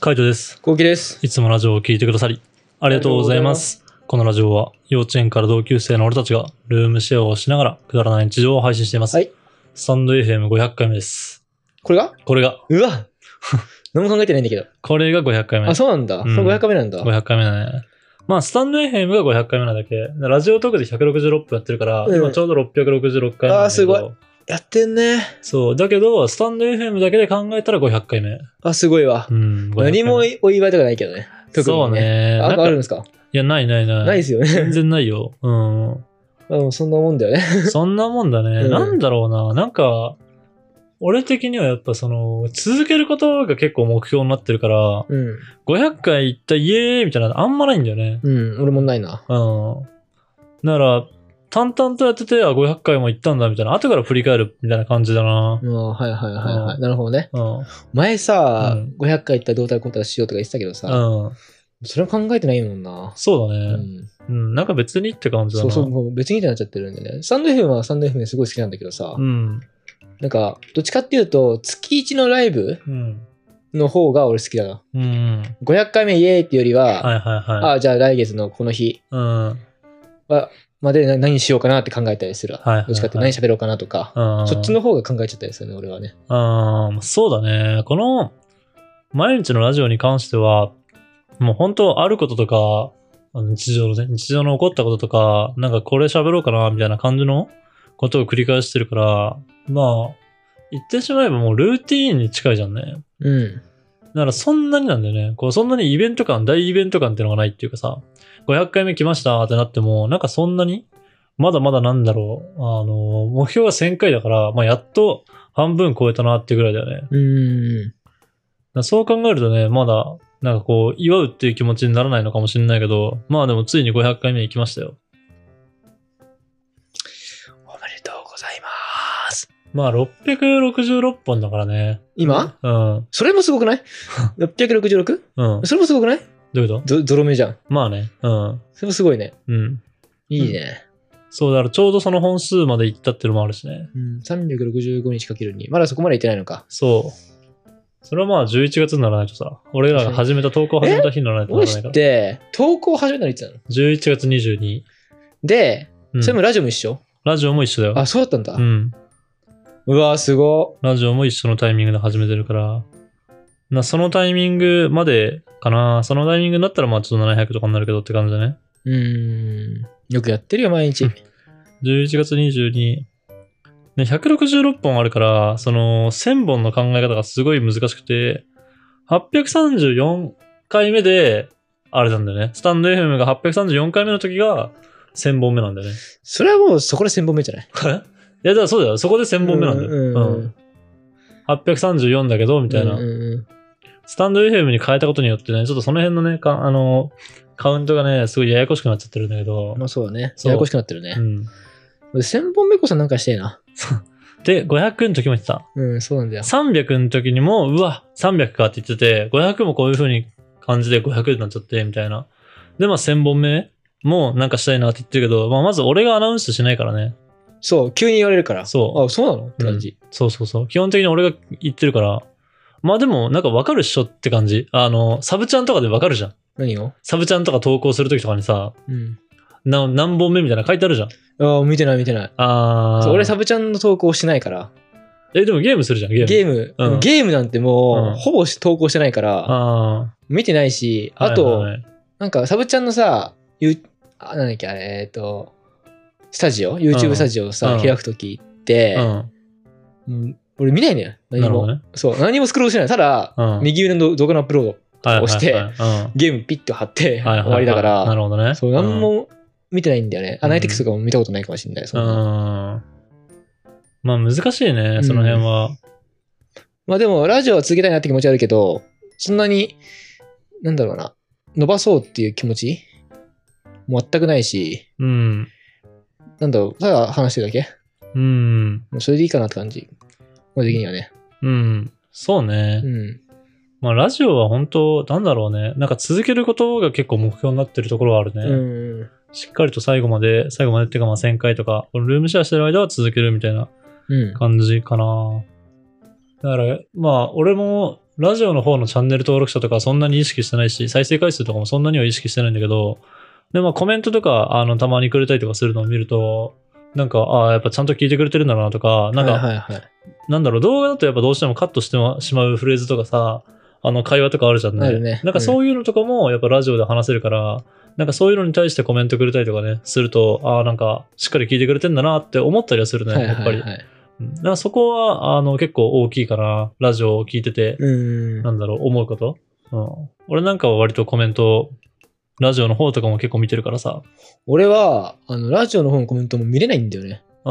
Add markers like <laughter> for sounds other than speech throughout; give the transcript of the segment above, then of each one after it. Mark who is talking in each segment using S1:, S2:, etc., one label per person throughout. S1: 海斗です。
S2: こうきです。
S1: いつもラジオを聞いてくださり、ありがとうございます。このラジオは、幼稚園から同級生の俺たちが、ルームシェアをしながら、くだらない日常を配信しています。
S2: はい
S1: スタンド FM500 回目です。
S2: これが
S1: これが、
S2: うわ <laughs> 何も考えてないんだけど。
S1: これが500回目。
S2: あ、そうなんだ。
S1: ん
S2: これ500目なんだ。
S1: 500回目だね。まあ、スタンド FM が500回目なだけ、ラジオトークで166分やってるから、
S2: うん
S1: 今ちょうど666回目なんだけど
S2: あーすごい。やってんね。
S1: そう。だけど、スタンド FM だけで考えたら500回目。
S2: あ、すごいわ
S1: う。ん。500回目
S2: 何もお祝いとかないけどね。特
S1: そう
S2: にね。
S1: ね。な
S2: あ
S1: ん
S2: あ
S1: か
S2: るんですか
S1: いや、ないないない。
S2: ないですよね。 <laughs>
S1: 全然ないよ。うん。
S2: あのそんなもんだよね。 <laughs>
S1: そんなもんだね。
S2: うん
S1: なんだろうな。なんか、俺的にはやっぱその、続けることが結構目標になってるから、
S2: うん。
S1: 500回行ったイエーイみたいなのあんまないんだよね。
S2: うん、俺もないな。
S1: うん。だから、淡々とやってて、あ、500回も行ったんだみたいな、後から振り返るみたいな感じだな
S2: う。ん、はいはいはいは
S1: う
S2: い。
S1: ん
S2: なるほどね。
S1: うん。うん。
S2: 前さ、
S1: うん
S2: 500回行ったらどうたらこうたらしようとか言ってたけどさ、それは考えてないもんな。
S1: そうだ
S2: う
S1: ね、
S2: ん、
S1: うん。なんか別にって感じだ
S2: そう
S1: な。
S2: そう、もう別にってなっちゃってるんでね。サンド FM はサンド FM すごい好きなんだけどさ、
S1: うん。
S2: なんか、どっちかっていうと、月1のライブ
S1: うん。
S2: の方が俺好きだな。
S1: うんうん。
S2: 500回目イエーイっていうよりは、
S1: はいはい
S2: あ
S1: はい。
S2: あ、じゃあ来月のこの日
S1: うん。
S2: はまでな何しようかなって考えたりする。
S1: いはいはい
S2: どっちかっていうと何喋ろうかなとか、
S1: うん
S2: そっちの方が考えちゃったりするね、俺はね。
S1: あーそうだね。この、毎日のラジオに関しては、もう本当あることとか、あの日常のね、日常の起こったこととか、なんかこれ喋ろうかな、みたいな感じのことを繰り返してるから、まあ、言ってしまえばもうルーティーンに近いじゃんね。
S2: うん。
S1: だからそんなになんだよね。こう、そんなにイベント感、大イベント感っていうのがないっていうかさ、500回目来ましたってなっても、なんかそんなに、まだまだなんだろう、あの、目標は1000回だから、まあやっと半分超えたなっていうぐらいだよね。
S2: うーん。
S1: だからそう考えるとね、まだ、なんかこう、祝うっていう気持ちにならないのかもしれないけど、まあでもついに500回目行きましたよ。
S2: おめでとうございます。
S1: まあ666本だからね。
S2: 今
S1: うん。
S2: それもすごく
S1: <laughs>
S2: ない ?666?
S1: うん。
S2: それもすごくない
S1: どういうこと
S2: ゾゾロ目じゃん。
S1: まあね。うん。
S2: それもすごいね。
S1: うん。
S2: いいね。
S1: そう、だからちょうどその本数まで行ったっていうのもあるしね。
S2: うん、365日かける2。まだそこまで行ってないのか。
S1: そう。それはまあ11月にならないとさ、俺らが始めた、投稿を始めた日にならないとな
S2: 俺
S1: らな
S2: 知
S1: い
S2: っ
S1: から。
S2: て、投稿始めたのいつなの
S1: 11月22。
S2: で、
S1: うん
S2: それもラジオも一緒、
S1: ラジオも一緒だよ。
S2: あ、そうだったんだ。
S1: う。
S2: うんわー、すご
S1: ラジオも一緒のタイミングで始めてるから、なそのタイミングまでかな、そのタイミングになったらまあちょっと700とかになるけどって感じだね。
S2: うーん。よくやってるよ、毎日。
S1: 11月22、ね、166本あるから、その1000本の考え方がすごい難しくて、834回目で、あれなんだよね。スタンド FM が834回目の時が1000本目なんだよね。
S2: それはもうそこで1000本目じゃない
S1: いや、だからそうだよ。そこで1000本目なんだよ。
S2: う
S1: うん
S2: うんうん
S1: ん。834だけど、みたいな。
S2: うんうんうん
S1: スタンド FM に変えたことによってね、ちょっとその辺のね、かあの、カウントがね、すごいややこしくなっちゃってるんだけど、
S2: まあそうだね。
S1: そう
S2: ややこしくなってるね
S1: う。ん。
S2: 俺1000本目こそなんかしてえな。
S1: で、500の時も言ってた。
S2: うん、そうなんだよ。
S1: 300の時にも、うわ、300かって言ってて、500もこういう風に感じで500になっちゃって、みたいな。で、まあ1000本目もなんかしたいなって言ってるけど、まあまず俺がアナウンスしないからね。
S2: そう、急に言われるから。
S1: そう
S2: あ、そうなのって感じ。
S1: そうそうそう。基本的に俺が言ってるから。まあでも、なんかわかるっしょって感じ。あの、サブちゃんとかでわかるじゃん。
S2: 何を
S1: サブちゃんとか投稿する時とかにさ、
S2: うん。
S1: な何本目みたいなの書いてあるじゃん。
S2: ああ、見てない見てない。
S1: あ
S2: そ
S1: あ。
S2: う俺サブちゃんの投稿しないから。
S1: え、でもゲームするじゃん、ゲーム。
S2: ゲーム、
S1: うん
S2: ゲームなんて
S1: う
S2: も
S1: ん
S2: う、ほぼ投稿してないから、
S1: あ
S2: 見てないし、
S1: あ。
S2: あと、
S1: はいはいはい
S2: なんかサブちゃんのさ、ゆあなんだっけ、あれ、えっと、スタジオ ?YouTube スタジオをさ、
S1: うん
S2: 開くときって、うん俺見ないのよ。
S1: うん。
S2: 何
S1: なるほ
S2: も。
S1: どね。
S2: そう、何もスクロールしてない。ただ、
S1: うん。
S2: 右上の動画のアップロード、
S1: はいはいはい
S2: して
S1: うんはい
S2: ゲームピッと貼って、
S1: はいはい
S2: 終わりだから、
S1: なるほどね。
S2: そう、何も見てないんだよね。
S1: うん
S2: アナリティクスとかも見たことないかもしれない。そ
S1: うん。
S2: んな
S1: うん。まあ難しいね、その辺は。
S2: まあでも、ラジオは続けたいなって気持ちはあるけど、そんなに、なんだろうな、伸ばそうっていう気持ちも全くないし、
S1: うん。
S2: なんだろう、ただ話してるだけ
S1: うん。
S2: もうそれでいいかなって感じ。俺的にはね。
S1: うん。そうね。
S2: うん。
S1: まあラジオは本当、なんだろうね。なんか続けることが結構目標になってるところはあるね。
S2: うん。
S1: しっかりと最後まで、最後までっていうかまあ1000回とか、このルームシェアしてる間は続けるみたいな
S2: うん。
S1: 感じかな。だから、まあ、俺もラジオの方のチャンネル登録者とかそんなに意識してないし、再生回数とかもそんなには意識してないんだけど、で、まあコメントとか、あの、たまにくれたりとかするのを見ると、なんか、ああ、やっぱちゃんと聞いてくれてるんだなとか、なんか、
S2: はいはいはい。
S1: なんだろう、動画だとやっぱどうしてもカットしてましまうフレーズとかさ、あの、会話とかあるじゃんね。
S2: あるね
S1: なんかそういうのとかもやっぱラジオで話せるから、なんかそういうのに対してコメントくれたりとかね、すると、ああ、なんかしっかり聞いてくれてんだなって思ったりはするね、
S2: はい
S1: やっぱ
S2: はい
S1: り。
S2: はい。
S1: うんだからそこは、あの、結構大きいかな。ラジオを聞いてて、
S2: うん。
S1: なんだろう、思うこと。うん。俺なんかは割とコメント、ラジオの方とかも結構見てるからさ。
S2: 俺は、あの、ラジオの方のコメントも見れないんだよね。
S1: う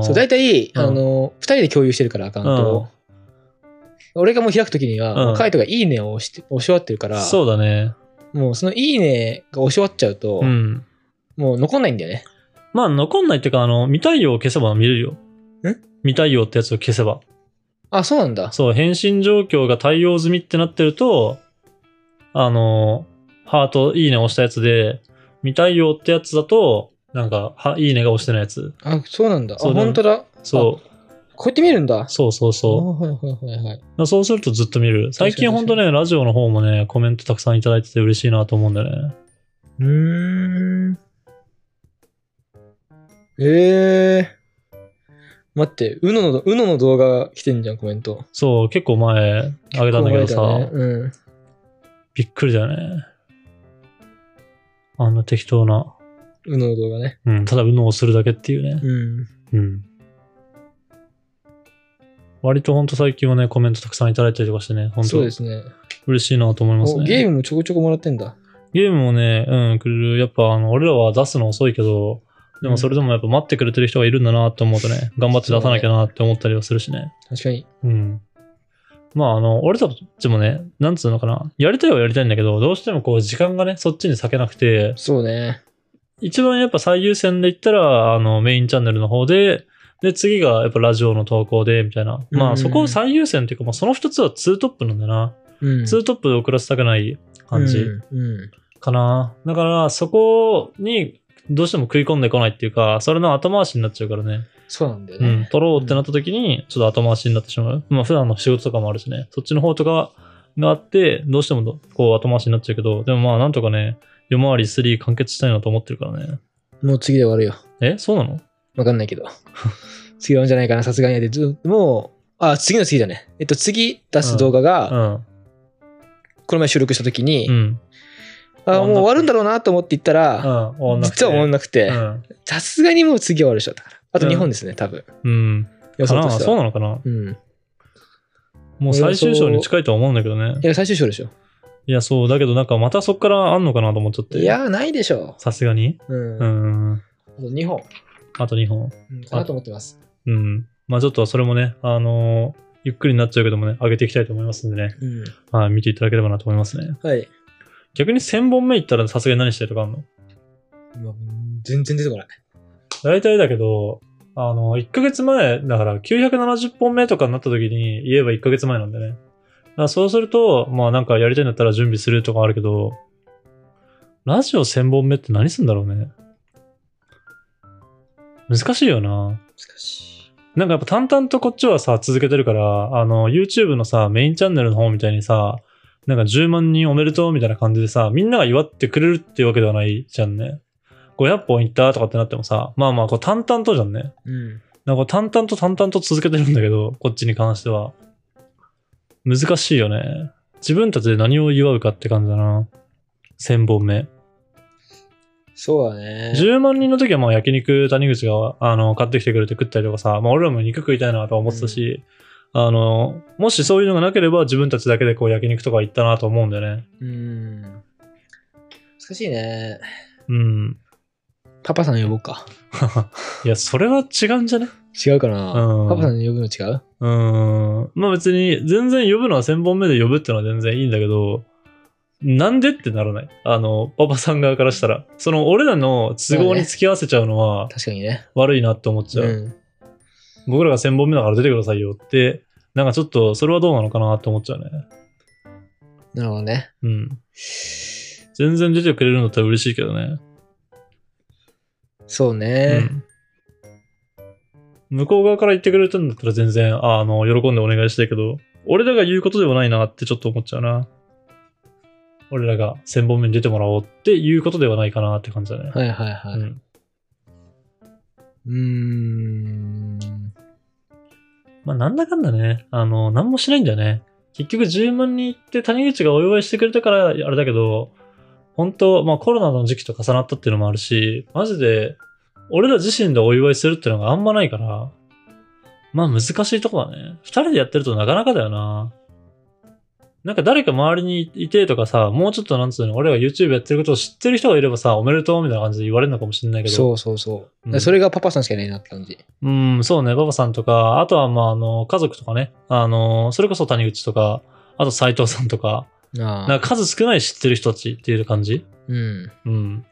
S1: ん。
S2: そう、大体、
S1: うん
S2: あの、二人で共有してるから、アカウントを。俺がもう開くときに
S1: うん
S2: は、カイトがいいねを押して、押し終わってるか
S1: うん
S2: ら、
S1: そうだね。
S2: もうそのいいねが押し終わっちゃうと
S1: う、ん。
S2: もう残んないんだよね。
S1: まあ、残んないっていうか、あの、見たいよを消せば見れるよ。
S2: え
S1: 見たいよってやつを消せば。
S2: あ、そうなんだ。
S1: そう、返信状況が対応済みってなってると、あの、ハート、いいね押したやつで、見たいよってやつだと、なんか、はいいねが押してないやつ。
S2: あ、そうなんだ。あ、
S1: そうだね
S2: 本当だ。
S1: そう。
S2: こうやって見るんだ。
S1: そうそうそう。
S2: はいはいはいはい。
S1: まあそうするとずっと見る。最近
S2: 確か
S1: ほん
S2: に
S1: とね、ラジオの方もね、コメントたくさんいただいてて嬉しいなと思うんだよね。
S2: うーん。ええー。待って、うのの、うのの動画来てんじゃん、コメント。
S1: そう、結構前、あげたんだけどさ、
S2: 怖いだねうん。
S1: びっくりだよね。あんな適当な、
S2: うのの動画ね。
S1: うん、ただ右脳をするだけっていうね。
S2: うん。
S1: うん。割とほんと最近はね、コメントたくさんいただいたりとかしてね、本
S2: そう
S1: 当
S2: ですね。
S1: 嬉しいなと思います
S2: お
S1: ね。
S2: ゲームもちょこちょこもらってんだ。
S1: ゲームもね、うん、くれる。やっぱ、あの、俺らは出すの遅いけど、でもそれでもやっぱ待ってくれてる人がいるんだなって思うとね、頑張って出さなきゃなって思ったりはするしね。
S2: 確かに。
S1: うん。まあ、あの、俺たちもね、なんつうのかな、やりたいはやりたいんだけど、どうしてもこう、時間がね、そっちに避けなくて、
S2: そうね。
S1: 一番やっぱ最優先で言ったら、あの、メインチャンネルの方で、で、次がやっぱラジオの投稿で、みたいな。ま
S2: う
S1: あ、
S2: ん
S1: そこを最優先っていうか、まあ、その二つはツートップなんだな。
S2: うん。
S1: ツートップで遅らせたくない感じ。
S2: うん。うん
S1: かな。だから、そこにどうしても食い込んでこないっていうか、それの後回しになっちゃうからね。
S2: そうなんだよ
S1: う
S2: ね。
S1: ん。取ろうってなった時に、ちょっと後回しになってしまう。まあ、普段の仕事とかもあるしね。そっちの方とかがあって、どうしてもどこう後回しになっちゃうけど、でもまあ、なんとかね、夜回り3完結したいなと思ってるからね。
S2: もう次で終わるよ。
S1: えそうなの
S2: わかんないけど。 <laughs> 次はんじゃないかな、さすがに。で、ずもう、あ、次の次だね。えっと、次出す動画が、この前収録した時に、
S1: うん。うん。
S2: あ、もう終わるんだろうなと思って行った
S1: うん。
S2: ら、
S1: 終わんなくて
S2: 実は終わんなくて
S1: う、
S2: さすがにもう次は終わるでしょ。だから。あと
S1: うん
S2: 日本ですね、多分。
S1: ん。うん。
S2: 予
S1: か
S2: 想
S1: な
S2: として
S1: そう
S2: は。
S1: なのかな
S2: うん。い
S1: もう最終章に近いとは思うんだけどね。
S2: や、最終章でしょ。
S1: いや、そう。だけどなんかまたそっからあんのかなと思っちゃって。
S2: いや、ないでしょ。
S1: さすがに。
S2: うん。
S1: う
S2: あ
S1: ん。
S2: と日本
S1: あと2本。
S2: うんかなと思ってます。
S1: うん。まあちょっとそれもね、あのーゆっくりになっちゃうけどもね、上げていきたいと思いますんでね、
S2: うん。
S1: はい、見ていただければなと思いますね。
S2: はい。
S1: 逆に1000本目いったらさすがに何したりとかあんの
S2: まあ全然出てこない。
S1: 大体だけど、あの、1ヶ月前、だから970本目とかになった時に言えば1ヶ月前なんだよね。だからそうすると、まあなんかやりたいんだったら準備するとかあるけど、ラジオ1000本目って何すんだろうね。難しいよな。
S2: 難しい。
S1: なんかやっぱ淡々とこっちはさ、続けてるから、あの、YouTube のさ、メインチャンネルの方みたいにさ、なんか10万人おめでとうみたいな感じでさ、みんなが祝ってくれるっていうわけではないじゃんね。500本いったとかってなってもさ、まあまあ、こう淡々とじゃんね。
S2: うん。
S1: なんかこう淡々と淡々と続けてるんだけど、こっちに関しては。難しいよね。自分たちで何を祝うかって感じだな。1000本目。
S2: そうだね。
S1: 10万人の時はまあ焼肉谷口があの買ってきてくれて食ったりとかさ、まあ、俺らも肉食いたいなとは思ってたし、あのもしそういうのがなければ自分たちだけでこう焼肉とか行ったなと思うんだよね
S2: うん。難しいね。
S1: うん
S2: パパさん呼ぼうか。
S1: いやそれは違うんじゃね
S2: 違うかな、
S1: うん
S2: パパさん呼ぶの違う
S1: うーんまあ別に全然呼ぶのは1000本目で呼ぶってのは全然いいんだけどなんでってならないあのパパさん側からしたらその俺らの都合に付き合わせちゃうのは
S2: 確かにね。
S1: 悪いなって思っちゃう、
S2: うん。
S1: 僕らが1000本目だから出てくださいよってなんかちょっとそれはどうなのかなって思っちゃうね
S2: なるほどね。
S1: うん。全然出てくれるんだったら嬉しいけどね。
S2: そう
S1: う
S2: ね。
S1: ん向こう側から言ってくれたんだったら全然、ああの、喜んでお願いしたいけど、俺らが言うことではないなってちょっと思っちゃうな。俺らが千本目に出てもらおうっていうことではないかなって感じだね。
S2: はいはいはい。
S1: う
S2: うんーん。
S1: まあ、なんだかんだね、あの、なんもしないんだよね。結局10万人行って谷口がお祝いしてくれたから、あれだけど、本当まあコロナの時期と重なったっていうのもあるし、マジで、俺ら自身でお祝いするっていうのがあんまないから、まあ難しいとこだね。二人でやってるとなかなかだよな。なんか誰か周りにいてとかさ、もうちょっとなんつうの、俺らが YouTube やってることを知ってる人がいればさ、おめでとうみたいな感じで言われるのかもしれないけど。
S2: そうそうそう。
S1: うん
S2: それがパパさんしかいないなって感じ。
S1: うん、そうね、ババさんとか、あとは、まあ、あの、家族とかね、あの、それこそ谷口とか、あと斎藤さんとか、
S2: あ
S1: なん
S2: あ。
S1: か数少ない知ってる人たちっていう感じ
S2: うん。
S1: うん。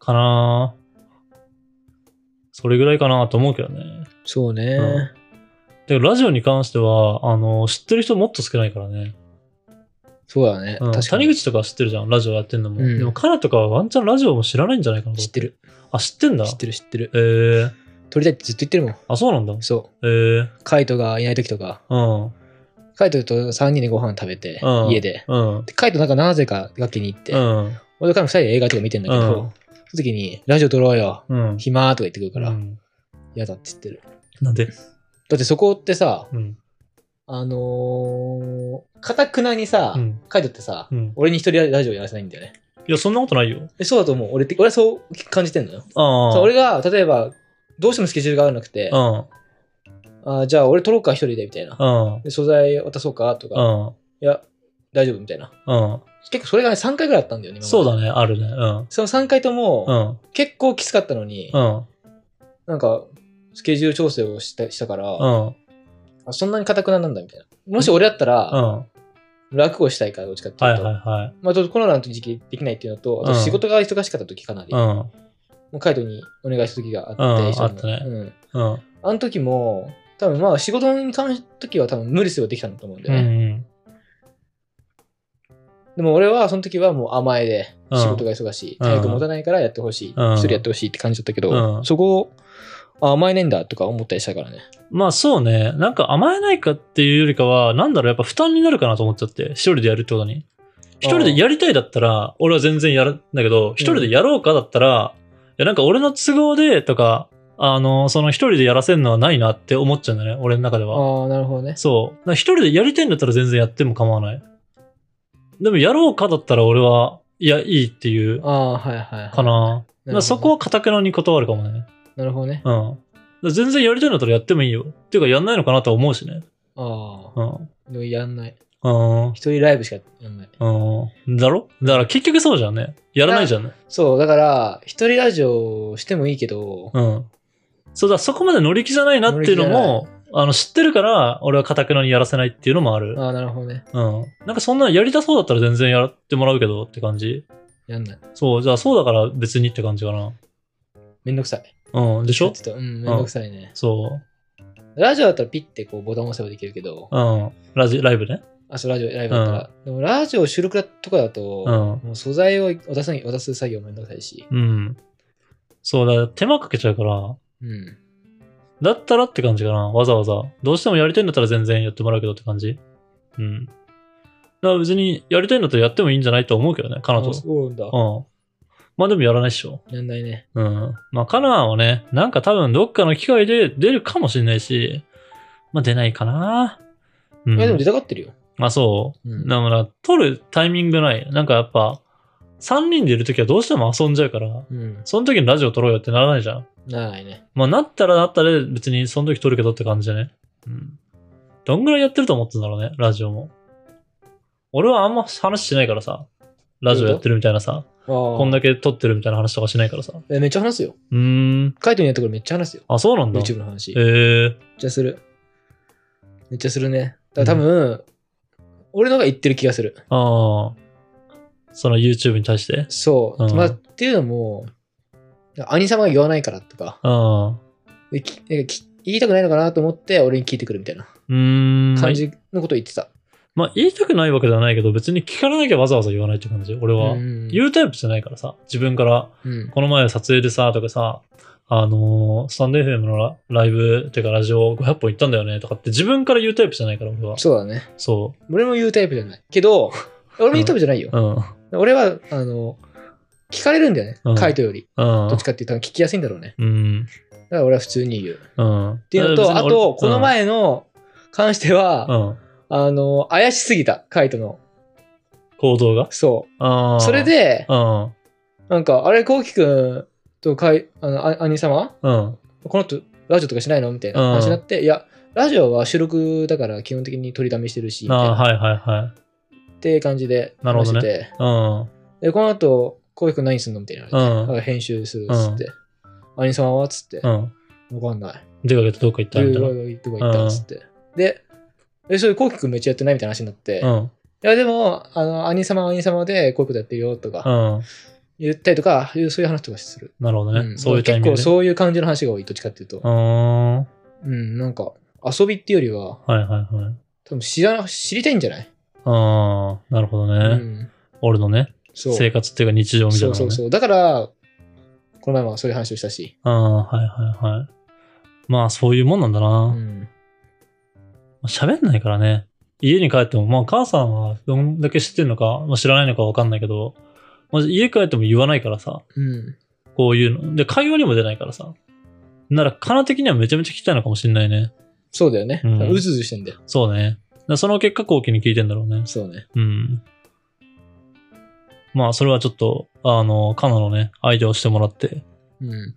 S1: かなぁそれぐらいかなと思うけどね。
S2: そうね。
S1: うんで、ラジオに関しては、あの、知ってる人もっと少ないからね。
S2: そうだね。
S1: うん、
S2: 確かに。
S1: 谷口とかは知ってるじゃん、ラジオやってんのも。
S2: うん
S1: でも、カナとかはワンチャンラジオも知らないんじゃないかなと
S2: 知ってる。
S1: あ、知ってんだ。
S2: 知ってる知ってる。
S1: えー、
S2: 撮りたいってずっと言ってるも
S1: あ、そうなんだ。
S2: ん。そ
S1: えー、
S2: う。カイトがいない時とか、
S1: うん、
S2: カイトと3人でご飯食べて、
S1: うん
S2: 家で。
S1: うん、
S2: でカイトなんかなぜか楽器に行って、
S1: うん、
S2: 俺と彼の2人で映画とか見てんだけど、
S1: うん
S2: その時に、ラジオ撮ろうよ。
S1: うん。
S2: 暇とか言ってくるから、
S1: うん
S2: 嫌だって言ってる。
S1: なんで
S2: だってそこってさ、
S1: うん。
S2: あのー、かたくなにさ、
S1: うん。
S2: カイトってさ、
S1: うん。
S2: 俺に一人ラジオやらせないんだよね。
S1: いや、そんなことないよ。
S2: えそうだと思う。俺って、俺はそう感じてんのよ。
S1: ああ。
S2: そう俺が、例えば、どうしてもスケジュールが合わなくて、
S1: う
S2: あ
S1: ん。
S2: ーじゃあ俺撮ろうか、一人で、みたいな。
S1: うん。
S2: で素材渡そうか、と
S1: う
S2: か、
S1: ん。
S2: いや、大丈夫、みたいな。
S1: うん。
S2: 結構それがね、3回ぐらいあったんだよね、今まで
S1: そうだね、あるね。うん。
S2: その3回と
S1: う
S2: も、
S1: ん。
S2: 結構きつかったのに、
S1: うん。
S2: なんか、スケジュール調整をしたしたから、
S1: うん。
S2: あそんなに硬くななんだみたいな。もし俺だった
S1: う
S2: ら、
S1: ん。
S2: 楽をしたいから、どっちかって
S1: はいいうはい
S2: と。
S1: はい。
S2: まあ、ちょっとコロナの時期できないっていうのと、あと
S1: うん
S2: 仕事が忙しかった時かなり、
S1: う
S2: も
S1: ん。
S2: うカイトにお願いした時があって、
S1: うん
S2: 一緒に
S1: あったね
S2: うん。
S1: うん。
S2: あの時も、多分まあ仕事に関して時は多分無理すればできたんだと思うんだ
S1: う
S2: よね。
S1: ん。
S2: でも俺はその時はもう甘えで、
S1: うん
S2: 仕事が忙しい、
S1: うん
S2: 体力持たないからやってほしい、
S1: うん
S2: 一人やってほしいって感じだったけど、
S1: うん
S2: そこをあ甘えないんだとか思ったりしたからね。
S1: まあそうね。なんか甘えないかっていうよりかは、なんだろう、やっぱ負担になるかなと思っちゃって。一人でやるってことに。一人でやりたいだったら、俺は全然やるんだけど、一人でやろうかだったら、いやなんか俺の都合でとか、あの、その一人でやらせるのはないなって思っちゃうんだね、俺の中では。
S2: ああ、なるほどね。
S1: そう。だから一人でやりたいんだったら全然やっても構わない。でもやろうかだったら俺は、いや、いいっていう、
S2: ああ、はいはい、はい。
S1: かな。
S2: なるほ
S1: ま
S2: ど
S1: あそこはかたくなに断るかもね。
S2: なるほどね。
S1: うん。だから全然やりたいんだったらやってもいいよ。っていうかやんないのかなとは思うしね。
S2: ああ、
S1: うん。
S2: でもやんない。
S1: うん。
S2: 一人ライブしかやんない。
S1: うん。だろだから結局そうじゃんね。やらないじゃんね。
S2: そう、だから、一人ラジオしてもいいけど、
S1: うん。そうだ、そこまで乗り気じゃないなっていうのも、あの、知ってるから、俺はかたくなにやらせないっていうのもある。
S2: ああ、なるほどね。
S1: うん。なんかそんなやりたそうだったら全然やってもらうけどって感じ。
S2: やんない。
S1: そう、じゃあそうだから別にって感じかな。
S2: めんどくさい。
S1: うん、でし
S2: ちょ
S1: ょ
S2: っと、うん、めんどくさいね。
S1: そ
S2: ラジオだったらピッてこうボタン押せばできるけど、
S1: う。うん。ラジライブね。
S2: あ、そう、ラジオ、ライブだったら。でも、ラジオ収録だとかだと、
S1: う
S2: もう素材を渡す渡す作業めんどくさいし、
S1: うん。そうだ、手間かけちゃうから。
S2: うん。
S1: だったらって感じかな。わざわざ。どうしてもやりたいんだったら全然やってもらうけどって感じ。うん。だから別にやりたいんだったらやってもいいんじゃないと思うけどね、カナと。う
S2: そうなんだ。
S1: ん。まあでもやらないっしょ。
S2: やんないね。
S1: うん。まあカナはね、なんか多分どっかの機会で出るかもしれないし、まあ出ないかな。うん。
S2: いや、でも出たがってるよ。
S1: あ、そう。
S2: うん
S1: だから、取るタイミングない。なんかやっぱ、3人でいるときはどうしても遊んじゃうから、
S2: うん。
S1: その時にラジオ撮ろうよってならないじゃん。
S2: ならないね。
S1: まあ、なったらなったで別にその時撮るけどって感じだね。うん。どんぐらいやってると思ってんだろうね、ラジオも。俺はあんま話してないからさ。ラジオやってるみたいなさ。
S2: ああ。
S1: こんだけ撮ってるみたいな話とかしないからさ。
S2: えめっちゃ話すよ。
S1: うーん。
S2: カイトにやったところめっちゃ話すよ。
S1: あ、そうなんだ。
S2: YouTube の話。
S1: え
S2: めっ
S1: ー。
S2: ちゃする。めっちゃするね。だから多分、俺のが言ってる気がする。
S1: ああ。その YouTube に対して。
S2: そう。
S1: うん
S2: まあ、っていうのも、兄様が言わないからとか、
S1: ああ。
S2: できなんかき言いたくないのかなと思って、俺に聞いてくるみたいな
S1: うーん。
S2: 感じのことを言ってた。
S1: まあ言いたくないわけではないけど、別に聞かれなきゃわざわざ言わないって感じ。俺は。
S2: うん
S1: 言うタイプじゃないからさ、自分から、
S2: うん
S1: この前撮影でさ、とかさ、あのースタンド FM のラライブ、てかラジオ500本行ったんだよね、とかって自分から言うタイプじゃないから、俺は。
S2: そうだね。
S1: そ
S2: 俺も言うタイプじゃない。けど、俺も言うタイプじゃないよ
S1: う。。うん。
S2: 俺は、あの、聞かれるんだよね
S1: うん。
S2: カイトより。
S1: うん
S2: どっちかっていうと多分聞きやすいんだろうね。
S1: うん。
S2: だから俺は普通に言う。っ
S1: うん。って
S2: いうのと、あと、この、前の関して
S1: う
S2: は、
S1: ん。
S2: あの、怪しすぎた、カイトの。
S1: 行動が。
S2: そ
S1: あ
S2: う。
S1: あ。
S2: それ、で、
S1: うん。
S2: なんか、あれ、こうきくんとカイ、あの、あ兄様
S1: うん。
S2: この人、ラジオとかしないのみたいな話になって、いや、ラジオは収録だから基本的に取りだめしてるし、み
S1: あ
S2: たい
S1: あ、
S2: な
S1: はいはいはい。
S2: って感じで
S1: なるほ
S2: 話し
S1: どね
S2: てて、
S1: うん。
S2: で、この後、こうきくん何すんのみたいな。
S1: うん。
S2: なんか編集するっつって。兄様はっつって。
S1: うん。
S2: わかんない。
S1: 出かけてどっか行った
S2: どう
S1: み
S2: い
S1: たいうな。
S2: とこ行ったっつって。で、え、それ、コウキ君めっちゃやってないみたいな話になって。
S1: う
S2: い
S1: ん。
S2: や、でも、あの、兄様は兄様で、コウキ君やってるよとか、
S1: うん。
S2: 言ったりとか、いうそういう話とかする。
S1: なるほど
S2: うん
S1: ね。そういうタイミング
S2: 結構
S1: で。
S2: そういう感じの話が多い、どっちかっていうと。
S1: うーん。はい
S2: うん、なんか、遊びっていうよりは、
S1: はいはい。
S2: 多分知ら知りたいんじゃない、
S1: ああ、なるほど
S2: う
S1: ね。
S2: ん。
S1: 俺のね、
S2: そう。
S1: 生活っていうか日常みたい
S2: そ
S1: な
S2: う
S1: の
S2: そう
S1: ね。
S2: そう。だから、この前もそういう話をしたし。
S1: ああ、はいはいはい。まあ、そういうもんなんだ
S2: う
S1: な。
S2: ん。
S1: 喋んないからね。家に帰っても、まあ、母さんはどんだけ知ってんのか、まあ、知らないのかわかんないけど、まあ、家帰っても言わないからさ。
S2: うん。
S1: こういうの。で、会話にも出ないからさ。なら、カナ的にはめちゃめちゃ聞きたいのかもしれないね。
S2: そうだよね。
S1: う
S2: うんずうずしてんだよ。
S1: そうね。だからその結果、後期に聞いてんだろうね。
S2: そうね。
S1: うん。まあ、それはちょっと、あの、カナのね、相手をしてもらって。
S2: うん。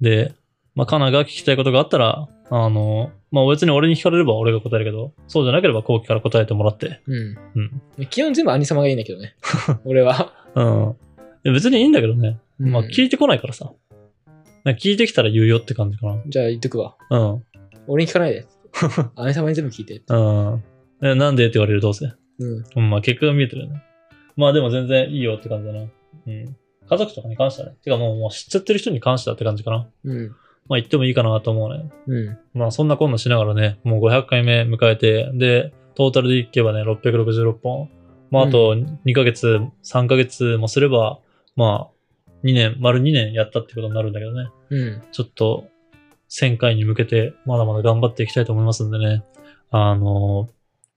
S1: で、まあ、カナが聞きたいことがあったら、あの、まあ、別に俺に聞かれれば俺が答えるけど、そうじゃなければ後期から答えてもらって。
S2: うん。
S1: うん。
S2: 基本全部兄様がいいんだけどね。 <laughs> 俺は。
S1: うん。いや別にいいんだけどね。まあ、
S2: うん
S1: 聞いてこないからさ。なんか聞いてきたら言うよって感じか
S2: じゃあ言っとくわ。
S1: な。うん。
S2: 俺に聞か
S1: <laughs>
S2: ないで。姉様に全部聞いて。
S1: うん。えなんでって言われるどうせ。
S2: うん。
S1: うん、まあ結果が見えてるよね。まあでも全然いいよって感じだな。うん。家族とかに関してはね。てかもうもう知っちゃってる人に関してはって感じかな。
S2: うん。
S1: まあ言ってもいいかなと思うね。
S2: うん。
S1: まあそんなこんなしながらね、もう500回目迎えて、で、トータルでいけばね、666本。まああと2ヶ月、3ヶ月もすれば、まあ2年、丸2年やったってことになるんだけどね。
S2: うん。
S1: ちょっと1000回に向けてまだまだ頑張っていきたいと思いますんでね。あの、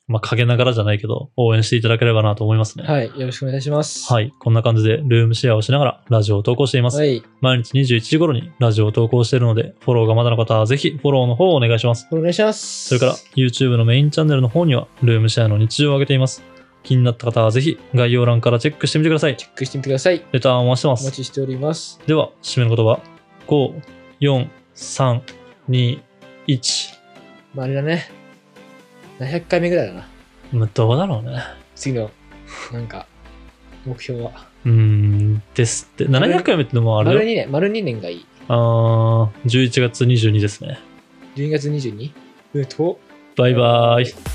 S1: まあ、陰ながらじゃないけど、応援していただければなと思いますね。
S2: はい。よろしくお願いします。
S1: はい。こんな感じでルームシェアをしながらラジオを投稿しています。
S2: はい。
S1: 毎日21時頃にラジオを投稿しているので、フォローがまだの方はぜひフォローの方をお願いします。
S2: お願いします。
S1: それから、YouTube のメインチャンネルの方にはルームシェアの日常を上げています。気になった方はぜひ概要欄からチェックしてみてください。
S2: チェックしてみてください。
S1: レターを回してま
S2: お
S1: す
S2: 待。ちしております。
S1: では、締めの言葉。5、4、3、2、1。
S2: まあ、あれだね。700回目ぐらいだな。
S1: まあ、どうだろうね。
S2: 次の、なんか、目標は。
S1: うーん、ですって。700回目ってのもあ
S2: 丸
S1: るよ。
S2: 2年、丸2年がいい。
S1: あー、11月22ですね。
S2: 12月 22? うん、と、
S1: バイバーイ。